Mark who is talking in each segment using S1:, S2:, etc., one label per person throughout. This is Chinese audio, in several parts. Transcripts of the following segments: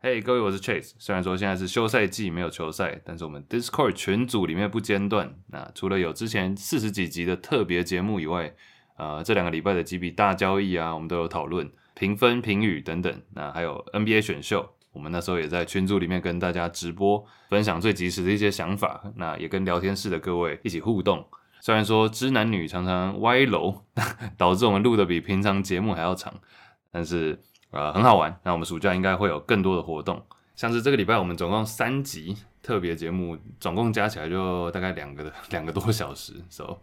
S1: 嘿、各位，我是 Chase。虽然说现在是休赛季，没有球赛，但是我们 Discord 群组里面不间断。那除了有之前四十几集的特别节目以外，呃，这两个礼拜的几笔大交易啊，我们都有讨论评分、评语等等。那还有 NBA 选秀，我们那时候也在群组里面跟大家直播分享最及时的一些想法，那也跟聊天室的各位一起互动。虽然说知男女常常歪楼， 导致我们录的比平常节目还要长，但是呃很好玩。那我们暑假应该会有更多的活动，像是这个礼拜我们总共三集特别节目，总共加起来就大概两个 两个多小时。So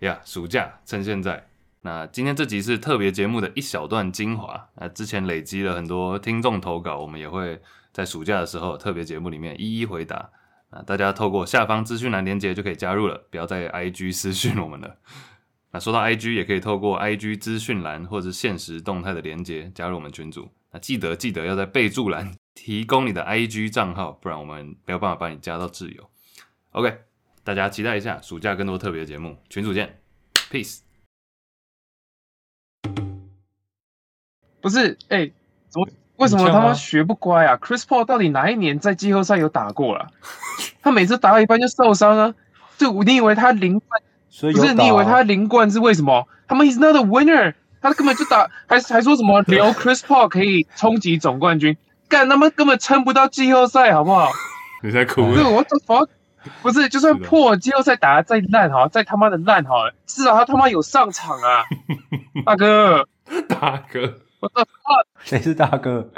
S1: yeah，暑假趁现在。那今天这集是特别节目的一小段精华，那之前累积了很多听众投稿，我们也会在暑假的时候特别节目里面一一回答。那大家透过下方资讯栏连接就可以加入了，不要再 IG 私讯我们了。那说到 IG，也可以透过 IG 资讯栏或者是现实动态的连接加入我们群组。那记得记得要在备注栏 提供你的 IG 账号，不然我们没有办法把你加到挚友。OK，大家期待一下暑假更多特别节目，群组见，Peace。
S2: 不是，哎、怎么为什么他妈学不乖啊？Chris Paul 到底哪一年在季后赛有打过了、 他每次打到一半就受伤啊。对，你以为他零冠？
S3: 所以
S2: 不
S3: 有
S2: 是，你以为他零冠是为什么？他们 is not a winner，他根本就打，还还说什么留 Chris Paul 可以冲击总冠军？干他妈根本撑不到季后赛，好不好？
S1: 你在哭
S2: 对，我怎么不是？就算破季后赛打得再烂哈，再他妈的烂好了，至少他他妈有上场 啊，大哥。
S1: 大哥？
S3: 谁是大哥？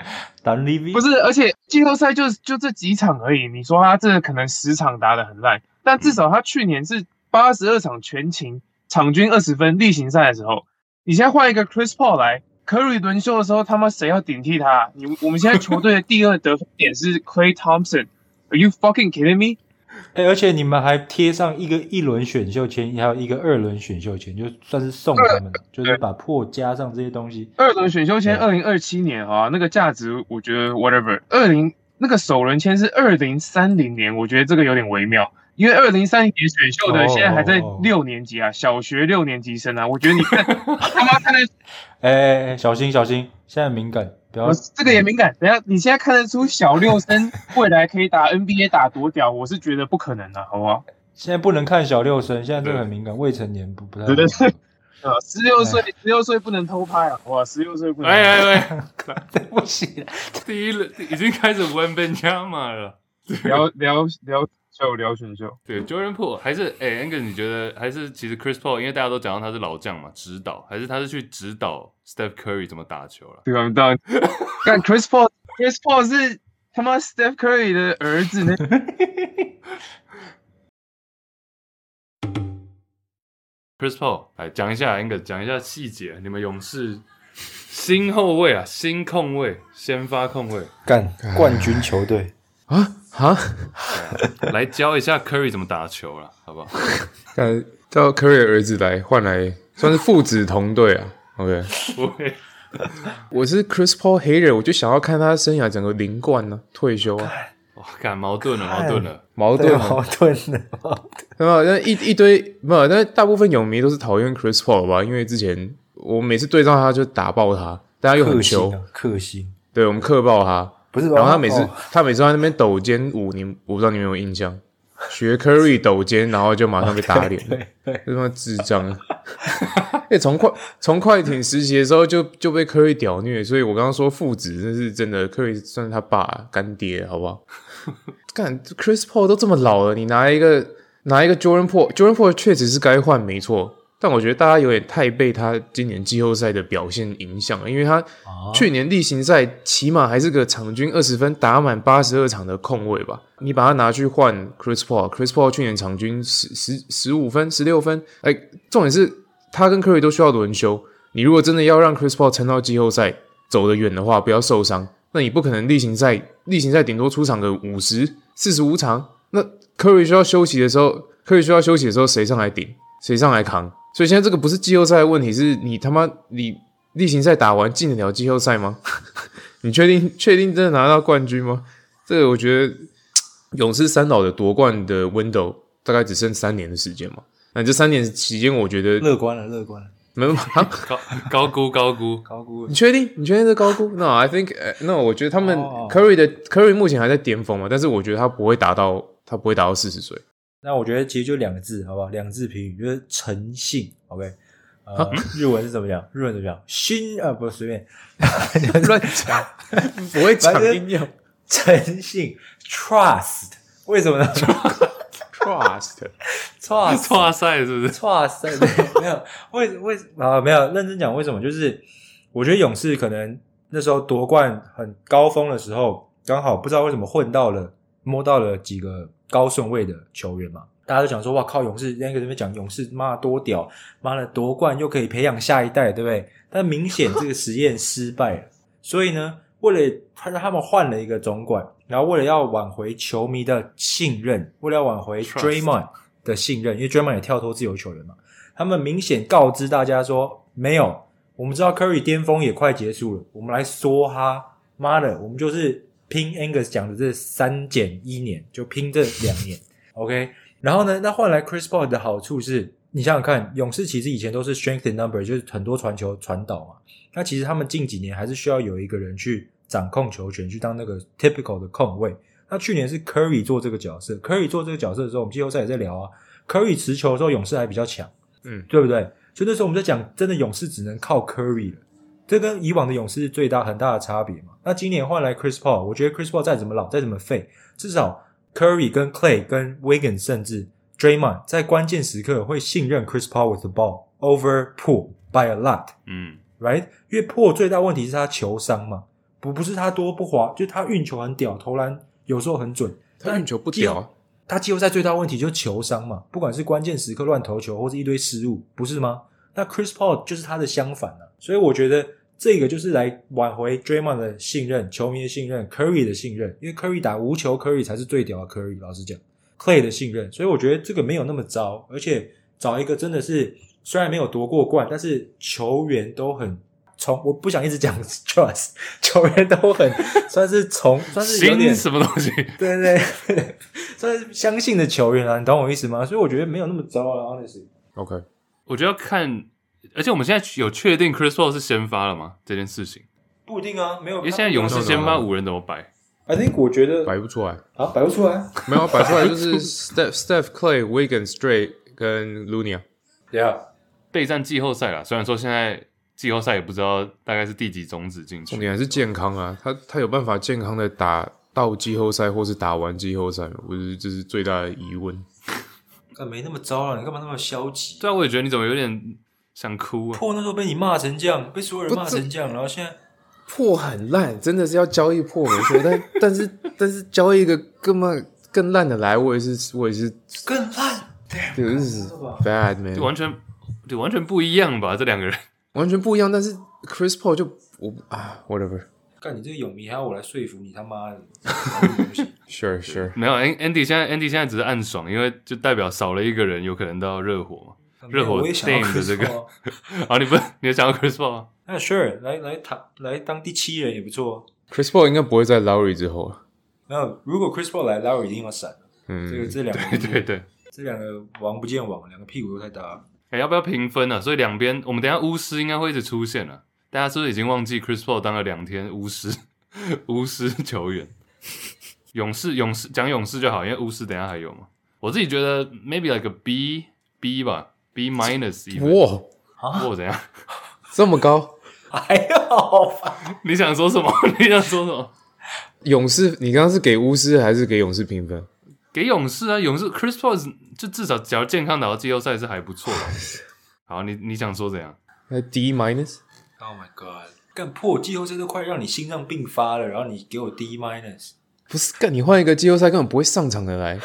S3: 打 l e v
S2: 不是，而且季后赛就就这几场而已。你说他这可能十场打得很烂，但至少他去年是八十二场全勤，场均二十分。例行赛的时候，你现在换一个 Chris Paul 来，Curry 轮休的时候，他妈谁要顶替他啊？你我们现在球队的第二得分点是 Clay Thompson，Are you fucking kidding me？
S3: 哎、而且你们还贴上一个一轮选秀签，还有一个二轮选秀签，就算是送他们的，就是把破加上这些东西。
S2: 二轮选秀签，
S3: 对
S2: 二零二七年啊，那个价值我觉得 whatever。二零那个首轮签是二零三零年，我觉得这个有点微妙，因为二零三零年选秀的
S3: 哦
S2: 现在还在
S3: 哦哦
S2: 六年级啊，小学六年级生啊，我觉得 你看他妈看得
S3: 哎哎哎，小心小心，现在敏感，不要
S2: 我这个也敏感。等一下你现在看得出小六生未来可以打 NBA 打多屌，我是觉得不可能的、好不好？
S3: 现在不能看小六生，现在这个很敏感，未成年不不太好。
S2: 对对呃，十六岁十六岁不能偷拍啊，哇，十六岁不能。
S1: 哎哎哎，
S3: 对不 起，
S1: 第一轮已经开始 One Ben Jama 了。
S2: 聊聊聊秀聊选秀，
S1: 对，Jordan Poole 还是哎、a n g e r 你觉得还是其实 Chris Paul，因为大家都讲到他是老将嘛，指导还是他是去指导 Steph Curry 怎么打球了？
S2: 对吧？当然，但 Chris Paul，Chris Paul 是他妈 Steph Curry 的儿子呢。
S1: Chris Paul 来讲一下 a n g e r 讲一下细节，你们勇士新后卫啊， 新控卫，先发控 卫，
S3: 干冠军球队，
S4: 啊啊！
S1: 来教一下 Curry 怎么打球了，好不好？
S4: 呃，叫 Curry 的儿子来换来，算是父子同队啊。OK，
S1: 喂，
S4: 我是 Chris Paul 黑人，我就想要看他生涯整个零冠呢、退休啊，
S1: 哇，干矛盾
S3: 哎
S1: 了，矛盾了，
S4: 矛
S3: 对
S4: 盾
S3: 矛
S4: 啊，
S3: 盾的。
S4: 对吧？那一一堆没有，但大部分球迷都是讨厌 Chris Paul 吧，因为之前我每次对上他就打爆他，大家又很
S3: 克
S4: 球，
S3: 星啊，克星
S4: 对我们克爆他，
S3: 不是吧？
S4: 然后他每次、
S3: 哦
S4: 他每次在那边抖肩舞，你我不知道你们有没有印象，学 Curry 抖肩，然后就马上被打脸。
S3: 对对，
S4: 这他妈智障！ 哎、从快从快艇实习的时候就就被科瑞屌虐，所以我刚刚说父子那是真的，科瑞算是他爸干爹，好不 好？干 Chris Paul 都这么老了，你拿一个拿一个 Jordan Paul，Jordan Paul 确实是该换，没错。但我觉得大家有点太被他今年季后赛的表现影响了，因为他
S3: 啊
S4: 去年例行赛起码还是个场均二十分、打满八十二场的控卫吧。你把它拿去换 Chris Paul，Chris Paul 去年场均十十十五分、十六分，哎、重点是他跟 Curry 都需要轮休。你如果真的要让 Chris Paul 撑到季后赛走得远的话，不要受伤，那你不可能例行赛例行赛顶多出场个五十、四十五场。那 Curry 需要休息的时候，Curry 需要休息的时候，谁上来顶？谁上来扛？所以现在这个不是季后赛的问题，是你他妈你例行赛打完进得了季后赛吗？ 你确定确定真的拿到冠军吗？这个我觉得勇士三岛的夺冠的 window 大概只剩三年的时间嘛。那这三年期间，我觉得
S3: 乐观了，乐观了。
S4: 没有啊？
S1: 高高估高估，
S3: 高估
S4: 你确定？你确定是高 估？No，I think，呃 no，我觉得他们
S3: 哦
S4: Curry 的 Curry 目前还在巅峰嘛，但是我觉得他不会达到，他不会达到四 十岁。
S3: 那我觉得其实就两个字，好不好？两个字评语就是诚信。OK，呃，日文是怎么讲？日文怎么讲？心啊，不随便，
S4: 乱讲， 不会讲
S3: 反正
S4: 硬要
S3: 诚信 trust。为什么呢
S4: trust。
S3: ？trust
S1: 哇塞，是不是？
S3: 哇塞，对没有为为啊没有认真讲为什么？就是我觉得勇士可能那时候夺冠很高峰的时候，刚好不知道为什么混到了摸到了几个高顺位的球员嘛，大家都想说哇靠，勇士那个人讲勇士妈多屌，妈的夺冠又可以培养下一代，对不对？但明显这个实验失败了， 所以呢，为了他让他们换了一个总管，然后为了要挽回球迷的信任，为了要挽回
S1: Trust
S3: Draymond 的信任，因为 Draymond 也跳脱自由球员嘛，他们明显告知大家说没有，我们知道 Curry 巅峰也快结束了，我们来说哈，妈的，我们就是拼 Angus 讲的这三减一年，就拼这两年，OK。然后呢，那换来 Chris Paul 的好处是，你想想看，勇士其实以前都是 strength in number，就是很多传球传导嘛。那其实他们近几年还是需要有一个人去掌控球权，去当那个 typical 的控卫。那去年是 Curry 做这个角色，Curry 做这个角色的时候，我们季后赛也在聊啊，Curry 持球的时候，勇士还比较强。
S4: 嗯，
S3: 对不对？所以那时候我们在讲，真的勇士只能靠 Curry 了，这跟以往的勇士是最大很大的差别嘛。那今年换来 Chris Paul，我觉得 Chris Paul 再怎么老，再怎么废，至少 Curry 跟 Clay 跟 Wiggins 甚至 Draymond 在关键时刻会信任 Chris Paul with the ball over Poole by a lot。
S1: 嗯，
S3: right？因为破最大问题是他球商嘛，不不是他多不滑，就是他运球很屌，投篮有时候很准。
S4: 他
S3: 但
S4: 运球不
S3: 季
S4: 屌啊
S3: 他季后赛最大问题就是球商嘛，不管是关键时刻乱投球，或是一堆失误，不是吗？那 Chris Paul 就是他的相反啊，所以我觉得这个就是来挽回 Draymond 的信任、球迷的信任、Curry 的信任，因为 Curry 打无球，Curry 才是最屌的 Curry。老实讲，Clay 的信任，所以我觉得这个没有那么糟，而且找一个真的是虽然没有夺过冠，但是球员都很从我不想一直讲 trust，球员都很算是从算是有
S1: 新
S3: 点
S1: 什么东西？
S3: 对对对，算是相信的球员啊，你懂我意思吗？所以我觉得没有那么糟啊，honestly。
S4: OK，
S1: 我觉得要看，而且我们现在有确定 Chris Paul 是先发了吗？这件事情，
S3: 不一啊定啊，没有。
S1: 因为现在勇士先发五人怎么摆？
S3: ，I think 我觉得
S4: 摆不出来，
S3: 啊，摆不出来。
S4: 没有啊摆出来就是 Steph、Steph、Clay、Wiggins、Dray 跟 Lunia。
S3: 对啊，
S1: 备战季后赛啦，虽然说现在季后赛也不知道大概是第几种子进去，
S4: 重点还是健康啊，他他有办法健康的打到季后赛，或是打完季后赛吗，我觉得这是最大的疑问。
S3: 啊，没那么糟啊，你干嘛那么消极？
S1: 对啊，我也觉得你怎么有点想哭啊？
S3: 破那时候被你骂成这样，被所有人
S4: 不
S3: 骂
S4: 这
S3: 成这样，然后现在
S4: 破很烂，真的是要交易破没错，但但是但是交易一个更嘛更烂的来，我也是我也是
S3: 更烂。
S4: 就是 bad
S1: 就
S3: 啊
S4: man，
S1: 完全就完全不一样吧？这两个人，
S4: 完全不一样。但是 Chris Paul 就我啊 whatever。
S3: 干你这个泳迷，还要我来说服你他 妈的！
S4: Sure, sure.
S1: 没有 An- Andy 现在 Andy 现在只是暗爽，因为就代表少了一个人，有可能到热火热火
S3: 我也想要
S1: Dame 的这个
S3: Chris Paul
S1: 嘛。
S3: 啊
S1: 啊，你不是你有想要 Chris Paul 吗？
S3: 那 Sure 来来谈来当第七人也不错。
S4: Chris Paul 应该不会在 Lowry 之后了。
S3: 没有，如果 Chris Paul 来 l a r 一定要闪。这个
S4: 嗯，
S3: 这两个
S1: 对对对。
S3: 这两个王不见王，两个屁股都太大了。
S1: 哎、要不要平分啊？所以两边，我们等一下巫师应该会一直出现啊。大家是不是已经忘记 Chris Paul 当了两天巫师 巫师球员？勇士勇士讲勇士就好，因为巫师等一下还有嘛。我自己觉得 maybe like a B B 吧，B minus 一分。
S4: 哇，
S1: 哇，怎样？
S4: 这么高！
S3: 哎呀，好烦！
S1: 你想说什么？ 你想说什么？
S4: 勇士，你刚刚是给巫师还是给勇士评分？
S1: 给勇士啊，勇士 Chris Paul 是就至少只要健康打到季后赛是还不错 的。好，你你想说怎样？
S4: 那 D minus？
S3: Oh my god！干破季后赛都快让你心脏病发了，然后你给我 D minus，
S4: 不是，干你换一个季后赛根本不会上场的来。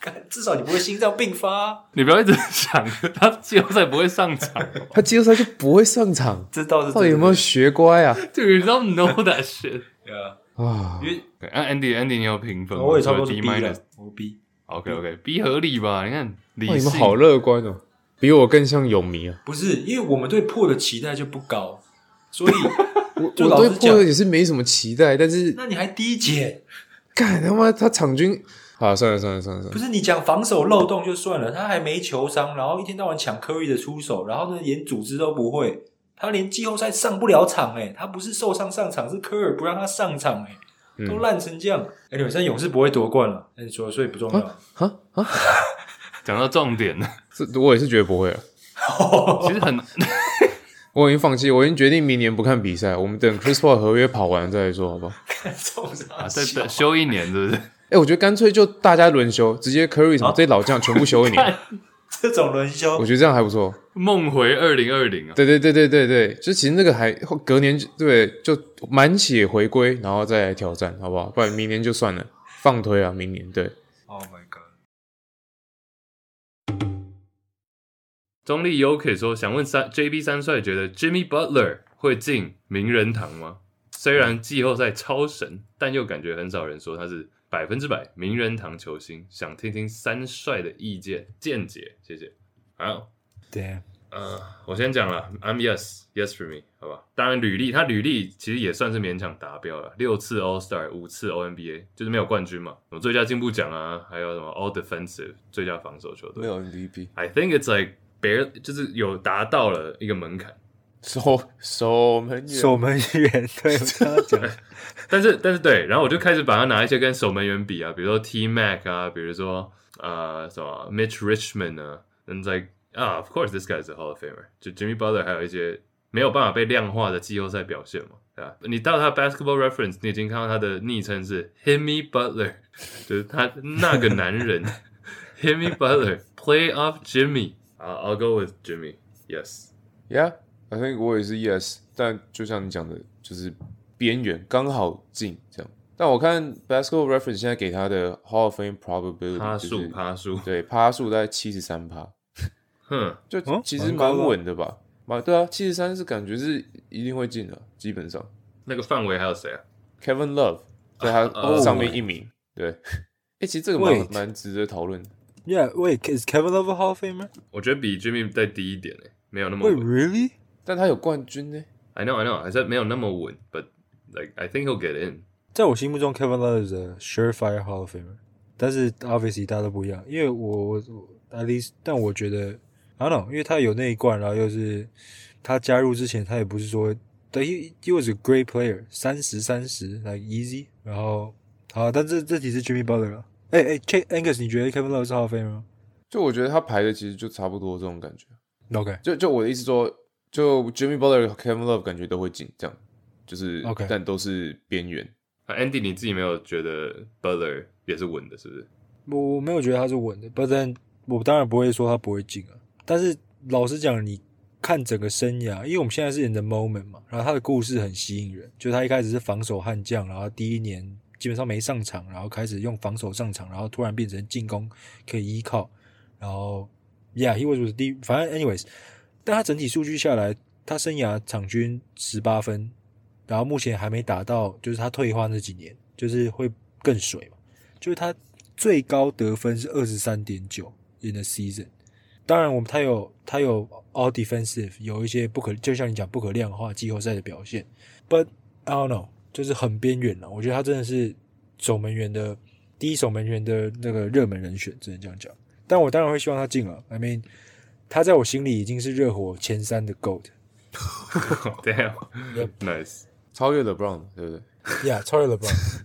S3: 干至少你不会心脏病发啊、
S1: 你不要一直 想他季后赛不会上场。
S4: 他季后赛就不会上场
S3: ，这倒是
S4: 到底有没有学乖啊？
S1: Dude, you don't know that shit.
S3: 对啊？
S4: 啊
S3: 因，为
S1: 对，那 Andy Andy 你有评分吗？
S3: 我也差不多
S1: 所以
S3: 是
S1: D
S3: B
S1: minus。
S3: 了，我 B
S1: OK OK B 合理吧？你看理
S4: 哦哇，你
S1: 性
S4: 们好乐观哦，比我更像泳迷啊。
S3: 不是因为我们对破的期待就不高，所以
S4: 我
S3: 就
S4: 我
S3: 老
S4: 对
S3: 实讲
S4: 破也是没什么期待，但是
S3: 那你还低减，
S4: 干他妈他场均好，算了算了算了算
S3: 不
S4: 了，
S3: 是你讲防守漏洞就算了，他还没球商，然后一天到晚抢科瑞的出手，然后呢连组织都不会，他连季后赛上不了场哎、他不是受伤上场，是科尔不让他上场哎、都
S4: 嗯
S3: 烂成这样。哎、你们现在勇士不会夺冠了，哎那你说所以不重 要。
S4: 啊啊，
S1: 讲到重点 了，
S4: 这我也是觉得不会了。
S1: 其实很
S4: 我已经放弃，我已经决定明年不看比赛，我们等 Chris Paul 合约跑完再来说，好不好？
S3: 重伤、
S1: 啊，再等休一年，是不是？
S4: 哎、我觉得干脆就大家轮休，直接 Curry 什么这些老将全部休一 年，
S3: 这种轮休
S4: 我，觉得这样还不错。
S1: 梦回二零二零啊，
S4: 对对对对对对，就其实那个还隔年就对，就满血回归，然后再来挑战，好不好？不然明年就算了，放推啊，明年对。
S3: Oh my god！
S1: 中立 UK 说想问三 JB 三帅觉得 Jimmy Butler 会进名人堂吗？虽然季后赛超神，但又感觉很少人说他是百分之百名人堂球星。想听听三帅的意见见解，谢谢。好，
S3: 对，
S1: 呃，我先讲了，I'm yes yes for me，好吧？当然履历，他履历其实也算是勉强达标了，六次 All Star，五次 O N B A，就是没有冠军嘛。什么最佳进步奖啊，还有什么 All Defensive 最佳防守球队，
S4: 有 MVP。
S1: I think it's like barely，就是有达到了一个门槛，
S4: 守守门员，
S3: 守门员，对，我刚刚讲，
S1: 但是但是对，然后我就开始把它拿一些跟守门员比啊，比如说 T Mac 啊，比如说呃什么 Mitch Richmond 啊，and like 啊、o f course this guy is a Hall of Famer，就 Jimmy Butler 还有一些没有办法被量化的季后赛表现嘛，对吧？你到他 Basketball Reference，你已经看到他的昵称是 Himmy Butler，就是 他那个男人 Himmy Butler Playoff Jimmy，啊、i l l go with Jimmy，yes。
S4: ，Yeah，I think 我也是 Yes，但就像你讲的，就是边缘刚好进这样。但我看 Basketball Reference 现在给他的 Hall of Fame probability
S1: 趴
S4: 就是
S1: 数趴数，
S4: 对趴数大概七十三趴，
S1: 哼，
S4: 就
S3: 哦
S4: 其实
S3: 蛮高
S4: 蛮
S3: 的啊
S4: 稳的
S1: 哦
S4: 吧？蛮对啊，七十三是感觉是一定会进的，基本上。
S1: 那个范围还有谁啊？
S4: Kevin Love 在他呃
S1: 哦
S4: 上面一名，对。 哎、其实这个蛮
S3: Wait
S4: 蛮值得讨论的。
S3: Yeah, wait, is Kevin Love a Hall of Famer?
S1: 我觉得比 Jimmy 再低一点诶、没有
S4: 嗯
S1: 那么
S3: Wait,
S1: 稳。
S3: really?
S4: 但他有冠军呢，
S1: I know, I know，还是没有那么稳，but like I think he'll get in。
S3: 在我心目中，Kevin Love is a surefire Hall of Famer，但是 obviously 大家都不一样，因为我我我 at least，但我觉得 I don't know，因为他有那一冠，然后又是他加入之前，他也不是说对，he he was a great player，三十三十，like easy，然后好，但这这题是 Jimmy Butler 了，哎哎，Check Angus，你觉得 Kevin Love 是 Hall of Famer 吗
S4: 就我觉得他排的其实就差不多这种感觉。
S3: ？OK，
S4: 就就我的意思说，就 Jimmy Butler、Kevin Love 感觉都会进，这样就是
S3: OK
S4: 但都是边缘。
S1: 啊 Andy，你自己没有觉得 Butler 也是稳的，是不 是？
S3: 我我没有觉得他是稳的，不然我当然不会说他不会进啊。但是老实讲，你看整个生涯，因为我们现在是 in the moment 嘛，然后他的故事很吸引人，就他一开始是防守悍将，然后第一年基本上没上场，然后开始用防守上场，然后突然变成进攻可以依靠，然后 yeah，he was the 反正 anyways，但他整体数据下来，他生涯场均十八分，然后目前还没达到，就是他退化那几年，就是会更水嘛。就是他最高得分是二十三点九 in a season。当然，我们他有他有 all defensive，有一些不可，就像你讲不可量化季后赛的表现，but I don't know，就是很边缘了。我觉得他真的是守门员的第一守门员的那个热门人选，只能这样讲。但我当然会希望他进了。I mean，他在我心里已经是热火前三的 GOAT。
S1: 对啊，Nice。
S4: 超越 LeBron，对不对？
S3: Yeah，超越 LeBron。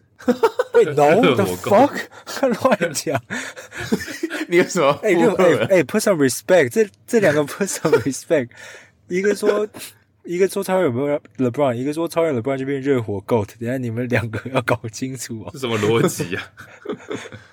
S3: Wait, no, the
S1: 热火
S3: fuck，乱 讲。
S4: 你有什么？
S3: 哎、热哎哎，put some respect，这这两个 put some respect，一 个说一个说超越 LeBron，LeBron，一个说超越 LeBron 就变热火 GOAT，等一下你们两个要搞清楚哦
S1: 是。什么逻辑啊？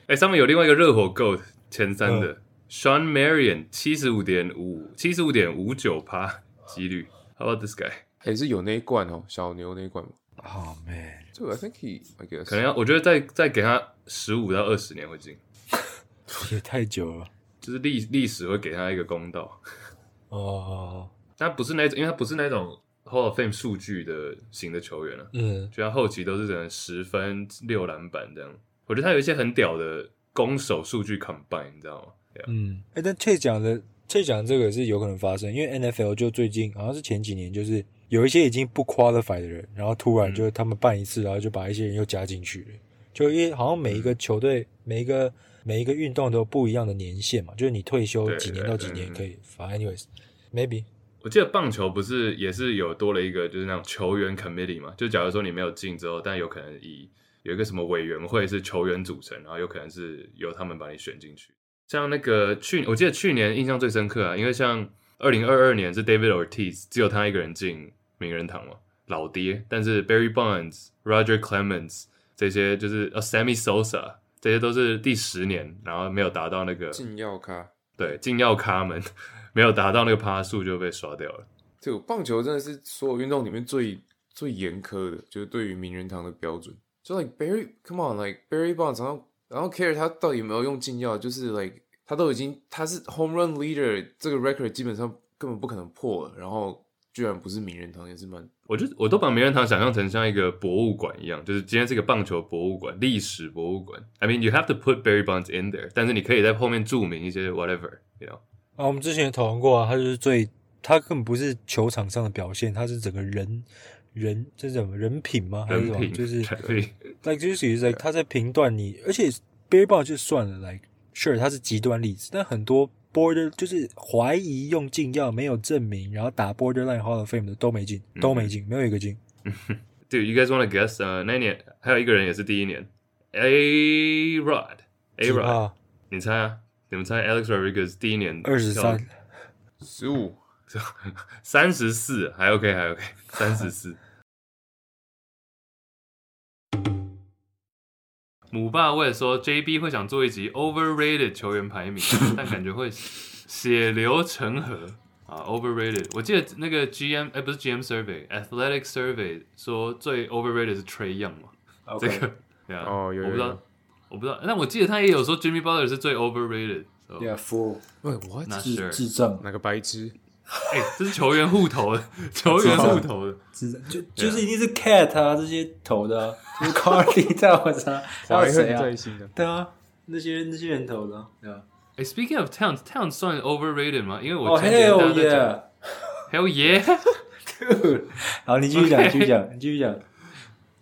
S1: 哎、上面有另外一个热火 GOAT 前三的、Sean Marion 七十五点五七十五点五九趴几率，How about this guy？
S4: 哎是有那一冠哦，小牛那一冠嘛。
S3: Oh man，
S4: 这个 I think he I guess
S1: 可能要我觉得再再给他十五到二十年会进，
S3: 也太久了
S1: 就是历历史会给他一个公道。
S3: 哦。
S1: 他不是那种，因为他不是那种 Hall of Fame 数据的型的球员了、啊
S3: 嗯，
S1: 就他后期都是只能十分六篮板这样。我觉得他有一些很屌的攻守数据 combine，你知道吗？Yeah.
S3: 嗯，哎、但 Chase 讲的 Chase 讲的这个是有可能发生，因为 NFL 就最近好像是前几年，就是
S1: 嗯
S3: 有一些已经不 qualify 的人，然后突然就他们办一次，然后就把一些人又加进去了，就因为好像每一
S1: 嗯
S3: 个球队、每一个每一个运动都有不一样的年限嘛，就是你退休
S1: 对
S3: 几年
S1: 对
S3: 到
S1: 对
S3: 几年
S1: 嗯
S3: 可以。反正 anyways，maybe
S1: 我记得棒球不是也是有多了一个就是那种球员 committee 嘛，就假如说你没有进之后，但有可能以有一个什么委员会是球员组成，然后有可能是由他们把你选进去。像那个去，我记得去年印象最深刻啊，因为像二零二二年是 David Ortiz 只有他一个人进名人堂嘛，老爹，但是 Barry Bonds、Roger Clemens 这些就是呃 Sammy Sosa 这些都是第十年，然后没有达到那个
S4: 禁药咖。
S1: 对禁药咖们 没有达到那个趴数就被刷掉了。
S4: 对，棒球真的是所有运动里面最最严苛的，就是对于名人堂的标准。就 like Barry，come on，like Barry Bonds，然后然后 care 他到底有没有用禁药，就是 like 他都已经他是 home run leader 这个 record 基本上根本不可能破了，然后居然不是名人堂，也是蛮
S1: 我就我都把名人堂想象成像一个博物馆一样，就是今天是一个棒球博物馆、历史博物馆。I mean, you have to put Barry Bonds in there，但是你可以在后面注明一些 whatever，you know。
S3: 啊，我们之前也讨论过啊，他就是最，他根本不是球场上的表现，他是整个人人这是什么人品吗？还是
S1: 人
S3: 什么？
S1: 品
S3: 就是
S1: 所以
S3: like 就是 like 他在评断你，而且 b a r r y b o n d 就算了，like sure 他是极端例子，但很多 border 就是怀疑用禁药没有证明，然后打 borderline Hall of Fame 的都没进，
S1: 嗯
S3: 都没进，没有一个进。
S1: ，Dude, you guys wanna guess？呃，那一年还有一个人也是第一年，A Rod，A
S3: 几
S1: Rod，
S3: 趴？
S1: 你猜啊？你们猜 Alex Rodriguez 第一年
S3: 二十三，
S4: 十五。
S1: 三十四，还 OK，还 OK，三十 四。母爸问说，JB 会想做一集 overrated 球员排 名，但感觉会血流成河啊，overrated。我记得那个 GM，哎、不是 GM survey，Athletic survey 说最 overrated 是 Trey Young 嘛这
S3: OK
S1: 个，对啊，
S4: 哦有
S1: 我不
S4: 有
S1: 知
S4: 有
S1: 道，我不知道，但我记得他也有说 Jimmy Butler 是最 overrated，so
S5: Yeah, fool，
S4: 喂，what？
S1: not
S5: 智
S1: sure。
S5: 智障，
S4: 哪个白痴？
S1: 哎、这是球员互投的， 球员互投的。
S5: 智障，就就是一定是 Cat 啊这些投的啊，就是 Carly 在 我操， 还有谁啊？
S4: 心的。
S5: 对啊，那些那些人投的啊，对啊。
S1: 哎、s p e a k i n g of towns，towns 算 overrated 吗？因为我
S5: 哦
S1: 前几天大家
S5: Hell
S1: 在讲
S5: yeah！
S1: hell yeah，
S5: Dude，好， 你继续讲，
S1: OK
S5: 继续讲，你继续讲。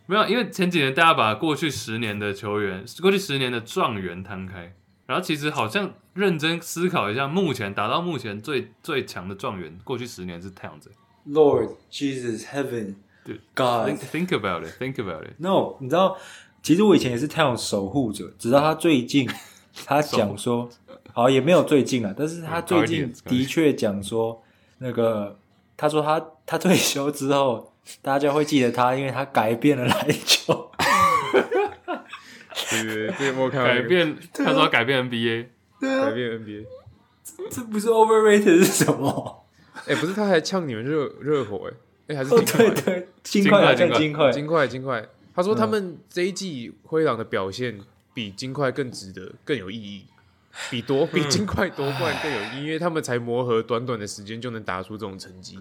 S1: 没有，因为前几年大家把过去十年的球员、过去十年的状元摊开，然后其实好像认真思考一下，目前打到目前最最强的状元，过去十年是 towns。欸
S5: Lord Jesus Heaven
S1: 对
S5: God
S1: Think think about it，think about it。
S5: No，你知道，其实我以前也是太阳守护者，直到他最近他讲说，好也没有最近啊，但是他最近
S1: Guardians，
S5: 的确讲说，那个他说他他退休之后，大家会记得他，因为他改变了篮球。
S4: 对对对，这个没有看到
S1: 改 变，
S5: 啊
S1: 他说改变 NBA，
S5: 对啊
S4: 改，变 NBA。
S5: 这不是 overrated 是什么？
S4: 哎，不是，他还呛你们热热火哎哎还是
S5: 哦，
S4: 金块
S5: 对对，
S1: 金
S5: 金
S1: 块
S5: 块啊
S1: 金
S5: 叫
S1: 块
S5: 金块，
S4: 金块，金块，他说他们这一季灰狼的表现比金块更值得，更有意义，比夺比金块夺冠更有意义，因为他们才磨合短短的时间就能打出这种成绩。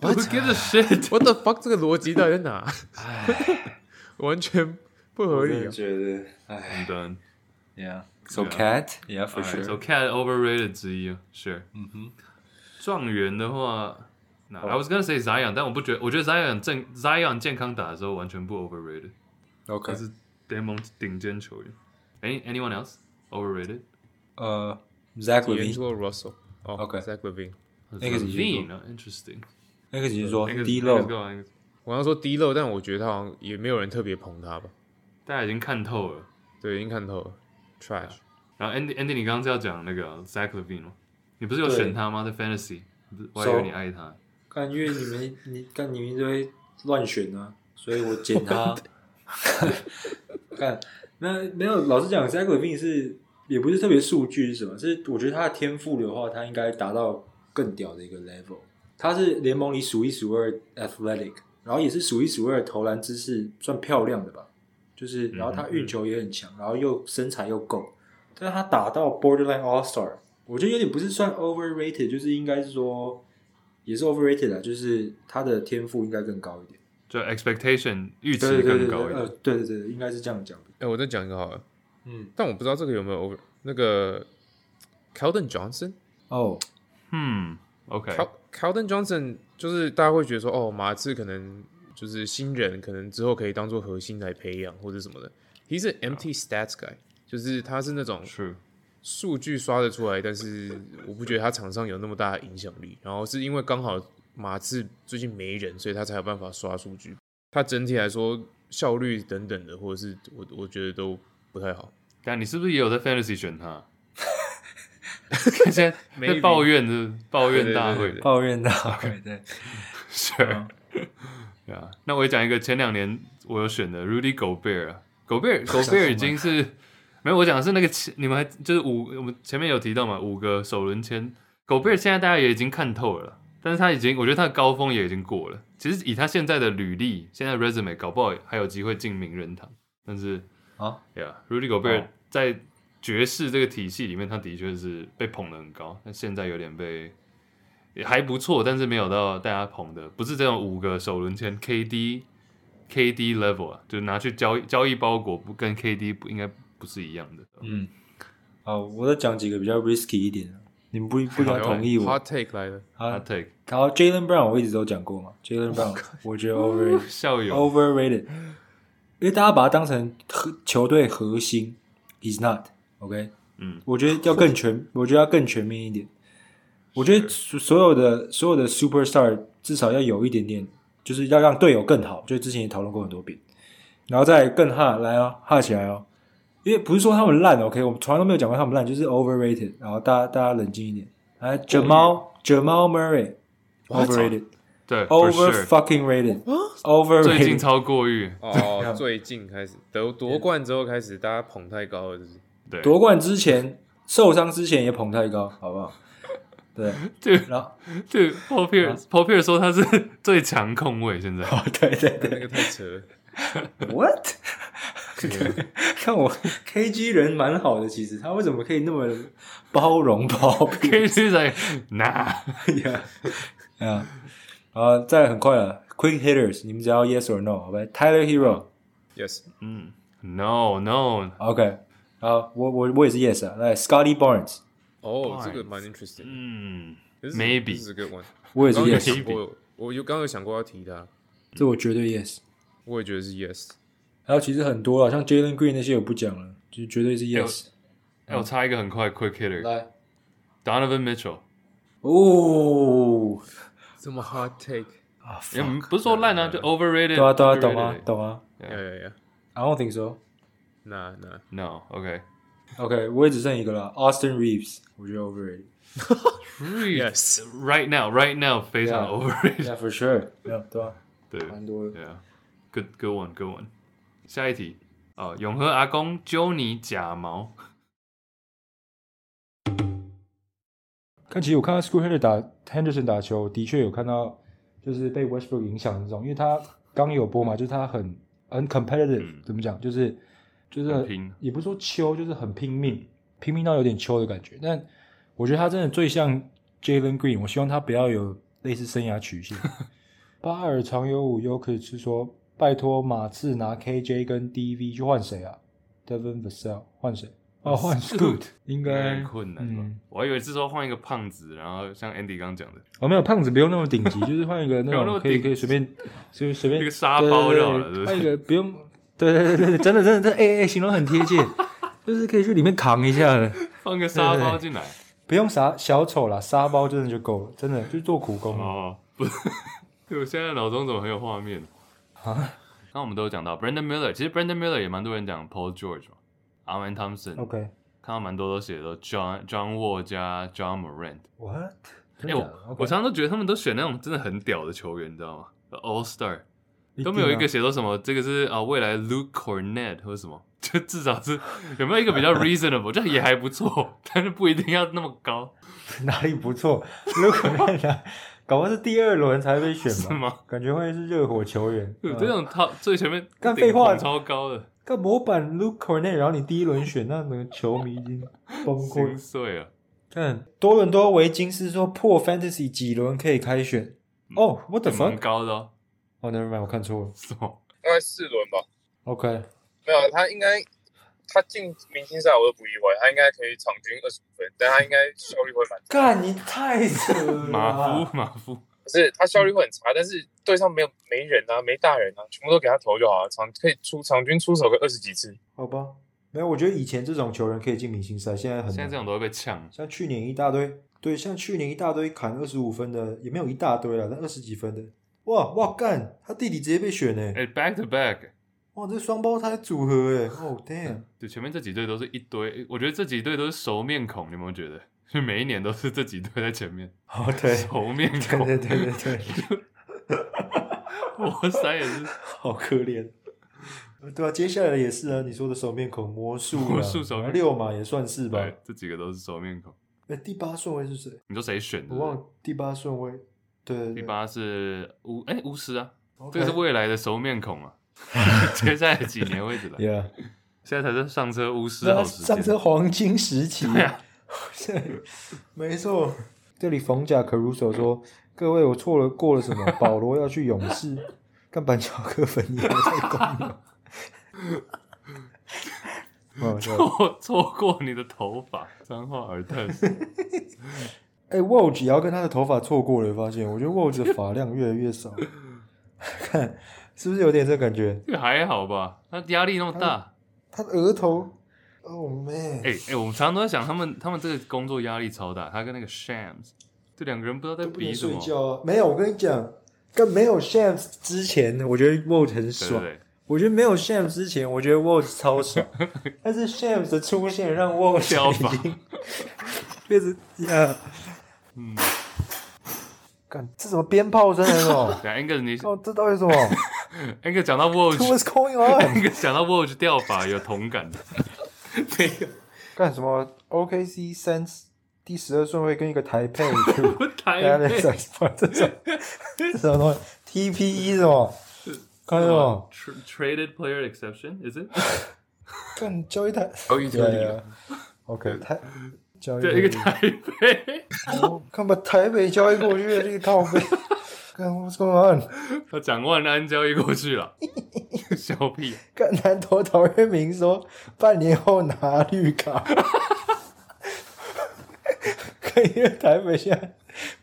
S1: 我 give a shit。
S4: What the fuck？这个逻辑到底在哪？完全不合理啊！
S5: 觉得，哎
S1: 嗯对
S5: ，Yeah，so
S1: Yeah
S5: cat，yeah for
S1: Alright, Mm-hmm.
S5: sure，
S1: So cat overrated 之一啊，Sure。嗯哼，状元的话，那、I was gonna say Zion，但我不觉得，我觉得 Zion 正 Zion 健康打的时候完全不 overrated，
S5: OK
S1: 他是联盟顶尖球员。Any anyone else overrated？
S5: 呃，Zach
S4: 演
S5: Levine，
S4: 出 Russell，哦
S5: OK
S4: Zach Levine。
S1: 那
S5: 个是
S1: Vin 啊，interesting。
S5: 那个只是说
S1: 那个
S5: D low
S1: 那个是。干嘛那个
S4: 我刚说低漏，但我觉得他好像也没有人特别捧他吧？
S1: 大家已经看透了。
S4: 对，已经看透了。Trash，
S1: 然后 Andy Andy，你刚刚是要讲那个 Zach Levine 吗？你不是有
S5: 对
S1: 选他吗？在 Fantasy，你不是我还
S5: So-
S1: 以为你爱他。
S5: 看，因为你们你看你们一堆乱选啊，所以我捡 他。看，那没有，老实讲 z a c h l e v i n 是也不是特别数据是什么，是我觉得他的天赋的话，他应该达到更屌的一个 level。他是联盟里数一数二 athletic，然后也是数一数二投篮姿势算漂亮的吧，就是然后
S1: 嗯
S5: 他运球也很强，然后又身材又够，但是他打到 borderline all star，我觉得有点不是算 overrated，就是应该是说也是 overrated 啊，就是他的天赋应该更高一点，
S1: 就 expectation 预期
S5: 对对对
S1: 更
S5: 对，
S1: 高一
S5: 呃
S1: 点，，
S5: 对对对，应该是这样讲的。
S4: 哎，我再讲一个好了，
S5: 嗯，
S4: 但我不知道这个有没有 over 那个 Keldon Johnson。
S5: 哦，
S1: 嗯，OK，
S4: Cal Calvin Johnson 就是大家会觉得说，哦，马刺可能就是新人，可能之后可以当做核心来培养或者什么的。 He's an empty stats guy，就是他是那种
S1: 是
S4: 数据刷得出来，但是我不觉得他场上有那么大的影响力。然后是因为刚好马刺最近没人，所以他才有办法刷数据。他整体来说效率等等的，或者是我我觉得都不太好。
S1: 但你是不是也有在 fantasy 选 他？看现在在
S4: Maybe
S1: 抱怨是抱怨大
S4: 对对
S1: 会
S4: 对嗯对
S3: 抱怨到 对，
S1: 是， 对啊。那我也讲一个前两年我有选的 Rudy Gobert，啊狗 贝尔，狗贝尔已经是没有我讲的是那个前你们还就是五我们前面有提到嘛，五个首轮签，狗贝尔现在大家也已经看透了，但是他已经我觉得他的高峰也已经过了。其实以他现在的履历，现在 resume 搞不好还有机会进名人堂，但是
S3: 啊
S1: ，Yeah，Rudy Gobert、
S3: 哦
S1: 在爵士这个体系里面，他的确是被捧得很高，但现在有点被也还不错，但是没有到大家捧的，不是这种五个首轮签 KD KD level 啊，就是拿去交易交易包裹，不跟 KD 不应该不是一样的。
S3: 嗯，好，我再讲几个比较 risky 一点的，你们不不一定要同意我
S4: Hot take 来了，
S1: 他
S3: 啊。
S1: take
S3: 然后 Jalen Brown 我一直都讲过嘛，Jalen Brown 我觉得 over
S1: 校友
S3: 哦 overrated，因为大家把他当成核球队核心，he's not，OK，、
S1: 嗯，
S3: 我觉得要更 全，我觉得要更全面一点。我觉得所所有的所有的 superstar 至少要有一点点，就是要让队友更好。就之前也讨论过很多遍，然后再更哈来哦，哈起来哦。因为不是说他们烂，OK，我们从来都没有讲过他们烂，就是 overrated。然后大家大家冷静一点。来，Jamal Jamal Murray overrated
S1: 对
S3: over
S1: for sure
S3: fucking rated
S1: 最近
S3: overrated。
S1: 超过誉，
S5: 啊
S4: 哦，最近开始得夺冠之后开始，大家捧太高了，就是
S1: 对，
S3: 夺冠之前受伤之前也捧太高，好不好？对，
S1: 这
S3: 然 后
S1: 对 Paul
S3: 啊
S1: Pierce Paul Pierce 说他是 最强控卫，现在
S3: 哦对对对。
S4: 那个太扯了。
S3: What？看我 KG 人蛮好的，其实他为什么可以那么包容包庇
S1: KD 在 拿。
S3: 呀？ 啊，啊，再很快了，Quick Hitters，你们只要 Yes or No，好吧？Tyler Hero，OK，、
S4: Yes，
S1: 嗯，No No，
S3: 啊，我我我也是 Yes 啊，来 Scotty Barnes，
S4: 哦，
S1: Barnes
S4: 这个蛮 interesting。
S1: 嗯
S4: This is-
S1: Maybe
S4: this is a good one。
S3: 我也
S4: 我
S3: 是
S4: 刚刚有
S3: Yes，
S4: 想过，我有刚刚有想过要提他，
S3: 这我绝对 Yes。
S4: 我也觉得是 Yes。
S3: 还有其实很多啊，像 Jalen Green 那些我不讲了，就绝对是 Yes。
S1: 哎，我插一个很快 quick hitter，Donovan
S3: 来，
S1: Mitchell，
S3: 哦，
S4: 这么 hard take？
S3: 啊，
S1: 也不是说烂啊，就 overrated，
S3: 对啊对啊，懂啊
S1: overrated
S3: 懂啊
S4: 呀呀呀！
S3: ，I don't think so。
S4: 那那
S1: No，OK，
S3: OK，我也只剩一个了，Austin Reeves，我觉得 overrated。
S4: Yes，
S1: right now，right now 非常
S3: Yeah
S1: overrated，
S3: Yeah, for sure. 对对啊，
S1: 对
S3: 蛮多的。
S1: 对啊，good good one，good one，下一题哦，永和阿公揪你假毛，
S3: 看，其实我看到 School Henderson 打 Henderson 打球，的确有看到就是被 Westbrook 影响的这种，因为他刚有播嘛，就是他很很 competitive，、
S1: 嗯
S3: 怎么讲，就是就是
S1: 很拼
S3: 也不是说秋，就是很拼命，拼命到有点秋的感觉。但我觉得他真的最像 Jalen Green，我希望他不要有类似生涯曲线。 巴尔常有五优可以是说，拜托马刺拿 KJ 跟 DV 去换谁啊？Devin Vassell 换谁？哦，换 Scoot 应
S1: 有
S3: 该
S1: 点困难吧
S3: 嗯，
S1: 我还以为是说换一个胖子，然后像 Andy 刚讲的，
S3: 哦，没有胖子不用那么顶 级，就是换一个那
S1: 不用那
S3: 种
S1: 么
S3: 可以
S1: 顶
S3: 可以随便随随便
S1: 一个沙包
S3: 对
S1: 就好
S3: 对对
S1: 了是不是
S3: 换一个不用，对对对对对，真的真的真的，哎、哎、形容很贴切， 就是可以去里面扛一下的，
S1: 放个沙包
S3: 对对对
S1: 进来，
S3: 不用啥小丑啦，沙包真的就够了，真的就是做苦工。
S1: 哦，不 是，对我现在脑中怎么很有画面
S3: 啊？
S1: 刚刚我们都有讲到 Brandon Miller，其实 Brandon Miller 也蛮多人讲 Paul George 嘛 a r m a n Thompson，、
S3: OK。
S1: 看到蛮多都写的 John John Wall 加 John Morant。
S3: What？
S1: 哎、
S3: 真的假的啊
S1: 我
S3: OK
S1: 我常常都觉得他们都选那种真的很屌的球员，你知道吗？All Star
S3: 定
S1: 都没有一
S3: 啊
S1: 个写到什么，这个是啊未来 Luke Cornett 或者什么， 就至少是有没有一个比 较 reasonable，就也还不错， 但是不一定要那么高，
S3: 哪里不 错？如果那个，搞不好是第二轮才被选
S1: 是
S3: 吧，
S1: 吗？
S3: 感觉会是热火球员。
S1: 对，
S3: 嗯
S1: 这种他最前面
S3: 干废话
S1: 顶棚超高的，
S3: 干模板 Luke Cornet，然后你第一轮选，那整个球迷已经崩溃
S1: 心。碎啊了。
S3: 看多伦多维金斯说破 Fantasy 几轮可以开选
S1: 嗯
S3: 哦、我 w h a t
S1: 也
S3: the
S1: 蛮
S3: fuck？
S1: 高的哦，
S3: 哦、n e v e r mind，我看错了。
S1: 是吗？
S2: 大概四轮吧。
S3: OK，
S2: 没有，他应该他进明星赛我都不意外，他应该可以场均二十五分，但他应该效率会蛮低。
S3: 干你太扯了啦。
S1: 马夫，马夫，
S6: 可是他效率会很差，但是队上没有没人啊，没大人啊，全部都给他投就好了，场可以出场均出手个二十几次。
S3: 好吧，没有，我觉得以前这种球员可以进明星赛，现在很难
S1: 现在这种都会被呛。
S3: 像去年一大堆，对，像去年一大堆砍二十五分的，也没有一大堆了，但二十几分的，哇哇干，他弟弟直接被选呢、
S1: 哎、b a c k to back，
S3: 哇，这双胞胎组合哎、哦 damn，
S1: 就前面这几队都是一堆，我觉得这几队都是熟面孔，你有没有觉得？就每一年都是这几队在前面，
S3: 哦对，
S1: 熟面
S3: 对
S1: 孔。
S3: 对对对 对，
S1: 活塞也 是
S3: 好可怜。对啊，接下来也是啊，你说的手面孔魔术啊，
S1: 魔术手面孔
S3: 六嘛也算是吧。
S1: 对，这几个都是熟面孔。
S3: 哎，第八顺位是谁？
S1: 你说谁选的
S3: 我？忘了第八顺位。对对对
S1: 嗯第八是巫，哎、巫师啊
S3: OK
S1: 这个是未来的熟面孔 啊。接下来几年会一直来，
S3: ，Yeah，
S1: 现在才是上车巫师
S3: 那
S1: 好时
S3: 啊上
S1: 间。
S3: 车黄金时期。
S1: 对啊，
S3: 对， 没错。这里冯甲 Caruso 说：“各位，我错了，过了什么？保罗要去勇士， 干板桥科粉也在公牛。蛮好笑的”
S1: 错错过你的头发，脏话耳探。
S3: 哎、w o d g 也要跟他的头发错过了，发现我觉得 w o d g 的发量越来越少， 看是不是有点这感觉？
S1: 这个还好吧？他压力那么大，
S3: 他的额头，Oh man，、
S1: 哎哎、我们常常都在想他们，他们这个工作压力超大。他跟那个 Shams 这两个人不知道在
S3: 都不
S1: 比
S3: 能
S1: 什
S3: 睡
S1: 么，
S3: 觉啊！没有，我跟你讲，跟没有 Shams 之前，我觉得 w o d g 很
S1: 对
S3: 爽。
S1: 对对，
S3: 我觉得没有 Shams 之前，我觉得 w o d g 超 爽，但是 Shams 的出现让 w o d g
S1: 消防
S3: 已经 变成呀，
S1: 嗯，，
S3: 干这什么鞭炮声 很好
S1: 等下 Angus 你
S3: 哦，这到底什 么
S1: Angus 讲到 Woj，Angus
S3: ？What's going on？
S1: 讲到 Woj 掉发有同感的，没有，
S3: 干什么？OKC 三第十二顺位跟一个台配
S1: 我台北
S3: Alex Smart 这种这什么东西？TPE 什 么？看什么？
S1: Tra- Traded player exception is it？
S3: 干交易台？
S4: 交易
S3: 对 啊，OK 台交易
S1: 对，一个台北，
S3: 哦看把台北交易过去的这个套 杯。干 What's going on？
S1: 他蒋万安交易过去了，小屁，
S3: 干南投陶渊明说半年后拿绿卡。可以，因为台北现在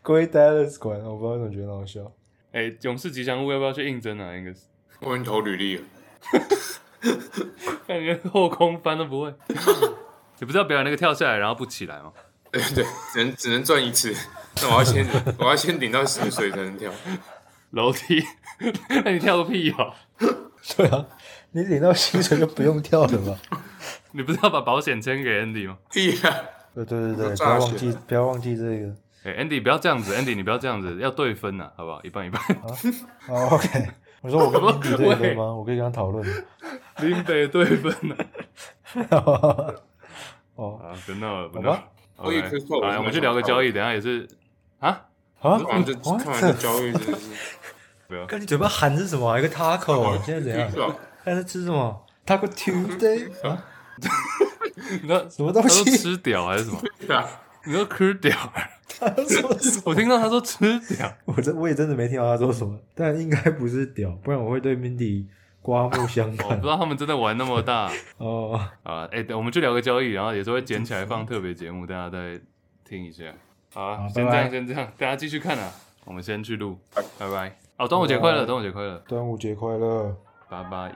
S3: 归 Dallas 管，我不知道为什么觉得很好笑。
S1: 哎、勇士吉祥物要不要去应征啊？Angus，
S4: 我已经投履历了。
S1: 感觉后空翻都不会， 你不是要表演那个跳下来然后不起来吗？
S4: 对对，只能只能赚一次。那我要先我要先顶到十岁才能跳。
S1: 楼梯， 那你跳个屁哦！
S3: 对啊，你领到薪水就不用跳了吧？
S1: 你不是要把保险签给 Andy 吗？
S4: 屁啊！
S3: 对对对对，不
S4: 炸
S3: 要
S4: 学
S3: 忘记不要忘记这个。
S1: 哎、a n d y 不要这样子，Andy 你不要这样子，要 对分呐、啊好不好？一 半一半。
S3: 哦、o k 我说我跟 你比这个
S1: 喂
S3: 对吗？我可以跟他讨论。
S1: 林北对分
S3: 啊
S1: 呐、
S3: 哦，
S1: 啊！ 好，别闹了，别
S3: 好
S1: 闹
S3: 吧
S1: 了。
S4: 我也可以做
S1: OK，好来，我们去聊个交易，等一下也是啊，
S3: 啊，
S4: 看完这
S3: 哇
S4: 看完这交易真的是
S3: 看你嘴巴含是什么啊、一个 taco，你现在怎样？
S4: 爽。
S3: 现在吃什么？Taco Tuesday 啊？
S1: 你说
S3: 什么东
S1: 他说
S3: 西？
S1: 吃屌还是什 么？
S4: 对啊，
S1: 你说吃屌？啊
S3: 他说什么？
S1: 我听到他说吃屌，
S3: 我真我也真的没听到他说什么，但应该不是屌，不然我会对 Mindy 刮目相
S1: 我不
S3: 看
S1: 知。道他们真的玩那么大
S3: 哦，
S1: 啊！哎、等我们去聊个交易，然后有时候会捡起来放特别节目，大家再听一下。好啊，
S3: 好
S1: 先这
S3: 拜拜
S1: 样，先这样，大家继续看啊，我们先去录，拜拜。哦，端午节快乐，端午节快乐，
S3: 端午节快乐！
S1: 八八一。